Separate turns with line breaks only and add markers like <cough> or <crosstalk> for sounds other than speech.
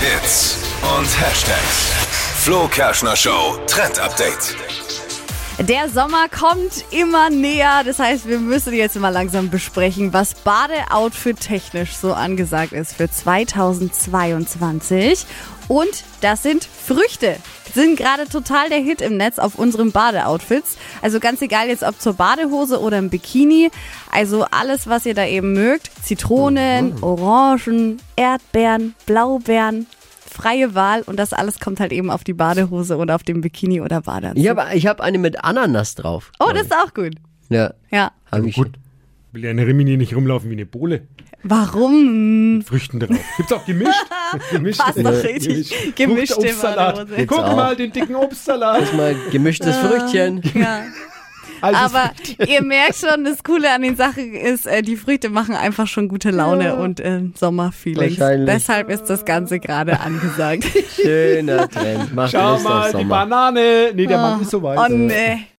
Hits und Hashtags. Flo Kerschner Show Trend Update.
Der Sommer kommt immer näher. Das heißt, wir müssen jetzt mal langsam besprechen, was Badeoutfit technisch so angesagt ist für 2022. Und das sind Früchte. Sind gerade total der Hit im Netz auf unseren Badeoutfits. Also ganz egal jetzt ob zur Badehose oder im Bikini. Also alles, was ihr da eben mögt. Zitronen, Orangen, Erdbeeren, Blaubeeren. Freie Wahl und das alles kommt halt eben auf die Badehose oder auf dem Bikini oder Badeanzug.
Ich habe ich hab eine mit Ananas drauf.
Oh, das ist auch gut.
Ja,
Ja.
habe ich.
Also Gut. Will ja eine Rimini nicht rumlaufen wie eine Bohle.
Warum?
Mit Früchten drauf. Gibt's
<laughs>
auch gemischt? gemischt.
Hm. Passt doch richtig. Gemischte
Gemischt Obstsalat.
Badehose.
Guck
auch.
mal, den dicken Obstsalat.
Mal gemischtes Früchtchen.
Ah. Ja.
Also,
Aber ihr merkt schon, das Coole an den Sachen ist, äh, die Früchte machen einfach schon gute Laune und äh, Sommerfeelings.
Wahrscheinlich.
Deshalb ist das Ganze gerade angesagt.
Schöner Trend. Macht
Schau
Lust auf
mal, die
Sommer.
Banane. Nee, der Mann ist so weit.
Ah. oh nee.